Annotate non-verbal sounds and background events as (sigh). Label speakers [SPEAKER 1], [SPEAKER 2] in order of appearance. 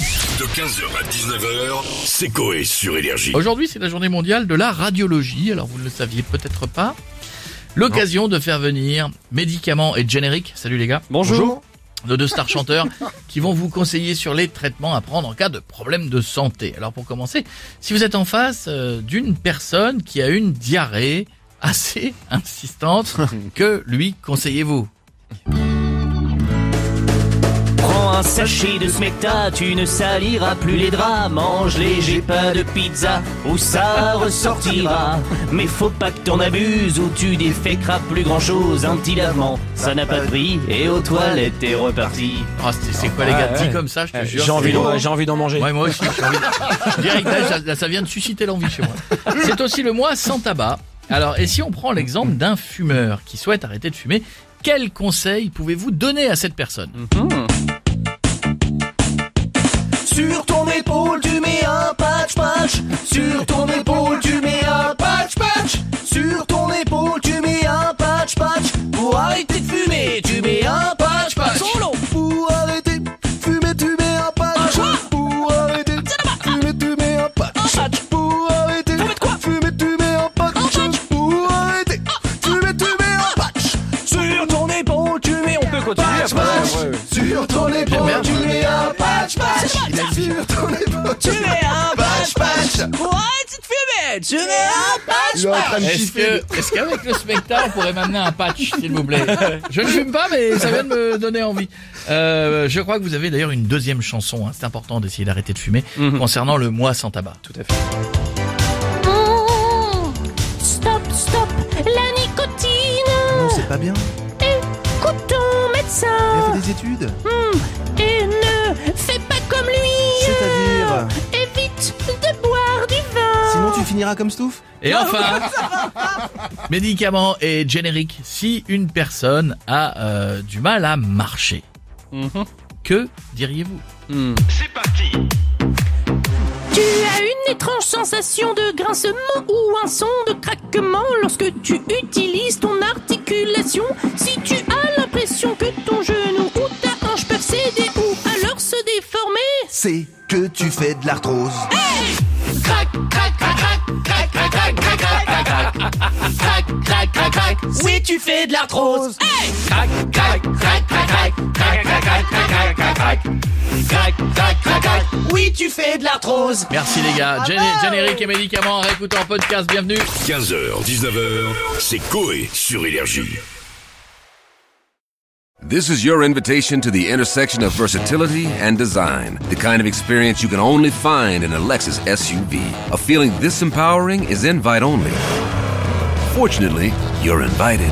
[SPEAKER 1] De 15h à 19h, c'est Coé sur Énergie.
[SPEAKER 2] Aujourd'hui, c'est la journée mondiale de la radiologie. Alors, vous ne le saviez peut-être pas. L'occasion de faire venir médicaments et génériques. Salut les gars.
[SPEAKER 3] Bonjour.
[SPEAKER 2] De deux
[SPEAKER 3] (laughs)
[SPEAKER 2] stars chanteurs qui vont vous conseiller sur les traitements à prendre en cas de problème de santé. Alors, pour commencer, si vous êtes en face euh, d'une personne qui a une diarrhée assez (laughs)
[SPEAKER 3] (laughs)
[SPEAKER 2] insistante, que lui conseillez-vous
[SPEAKER 4] Prends un sachet de smecta, tu ne saliras plus les draps. Mange léger pain de pizza, où ça ressortira. Mais faut pas que t'en abuses, ou tu déféqueras plus grand chose. Un petit lavement, ça n'a pas de prix, et aux toilettes t'es reparti.
[SPEAKER 2] Ah, c'est- C'est quoi les gars Dit comme ça, je te jure.
[SPEAKER 3] Eh, J'ai envie
[SPEAKER 2] c'est-
[SPEAKER 3] d'en j'ai envie d'en manger.
[SPEAKER 2] Ouais, moi aussi, j'ai envie de- Direct, là, ça, là, ça vient de susciter l'envie chez moi. C'est aussi le mois sans tabac. Alors, et si on prend l'exemple d'un fumeur qui souhaite arrêter de fumer, quel conseil pouvez-vous donner à cette personne
[SPEAKER 4] Sur ton épaule, tu mets un patch patch. Sur ton épaule, tu mets un patch patch. Sur ton épaule, tu mets un patch patch. Pour arrêter de fumer, tu mets un patch patch. Pour arrêter de fumer, tu mets un patch. Pour arrêter de fumer, tu mets un patch. Pour arrêter de Ah, fumer, tu mets un patch. Pour arrêter de fumer, tu mets un patch. Sur ton épaule, tu mets
[SPEAKER 3] On
[SPEAKER 4] un
[SPEAKER 3] peut continuer
[SPEAKER 4] patch
[SPEAKER 3] après.
[SPEAKER 4] patch.
[SPEAKER 3] Ouais, ouais.
[SPEAKER 4] Sur ton épaule, tu mets un patch patch. Sur ton épaule, tu mets un patch patch. Tu mets un patch patch.
[SPEAKER 2] Est-ce que, est-ce qu'avec le spectacle, on pourrait m'amener un patch, s'il vous plaît Je ne fume pas, mais ça vient de me donner envie. Euh, je crois que vous avez d'ailleurs une deuxième chanson. hein. C'est important d'essayer d'arrêter de fumer concernant le mois sans tabac.
[SPEAKER 5] Mmh. Stop, stop, la nicotine. Non, c'est pas bien. Écoute ton médecin. Il a fait des études. Et ne fais pas comme lui.
[SPEAKER 6] C'est-à-dire
[SPEAKER 5] Évite de boire du vin.
[SPEAKER 6] Sinon tu finiras comme Stouff
[SPEAKER 2] Et enfin, médicaments et génériques. Si une personne a euh, du mal à marcher, que diriez-vous
[SPEAKER 5] Tu as une étrange sensation de grincement ou un son de craquement lorsque tu utilises ton articulation. Si tu as l'impression que ton genou ou ta hanche peuvent céder ou alors se déformer,
[SPEAKER 6] C'est que tu fais de l'arthrose.
[SPEAKER 4] Si tu fais de l'arthrose. Oui, tu fais de l'arthrose.
[SPEAKER 2] Merci les gars. Géné- générique et médicaments, réécoutez en podcast, bienvenue.
[SPEAKER 1] 15h, 19h, c'est Coé sur Énergie.
[SPEAKER 7] This is your invitation to the intersection of versatility and design. The kind of experience you can only find in a Lexus SUV. A feeling this empowering is invite only. Fortunately, you're invited.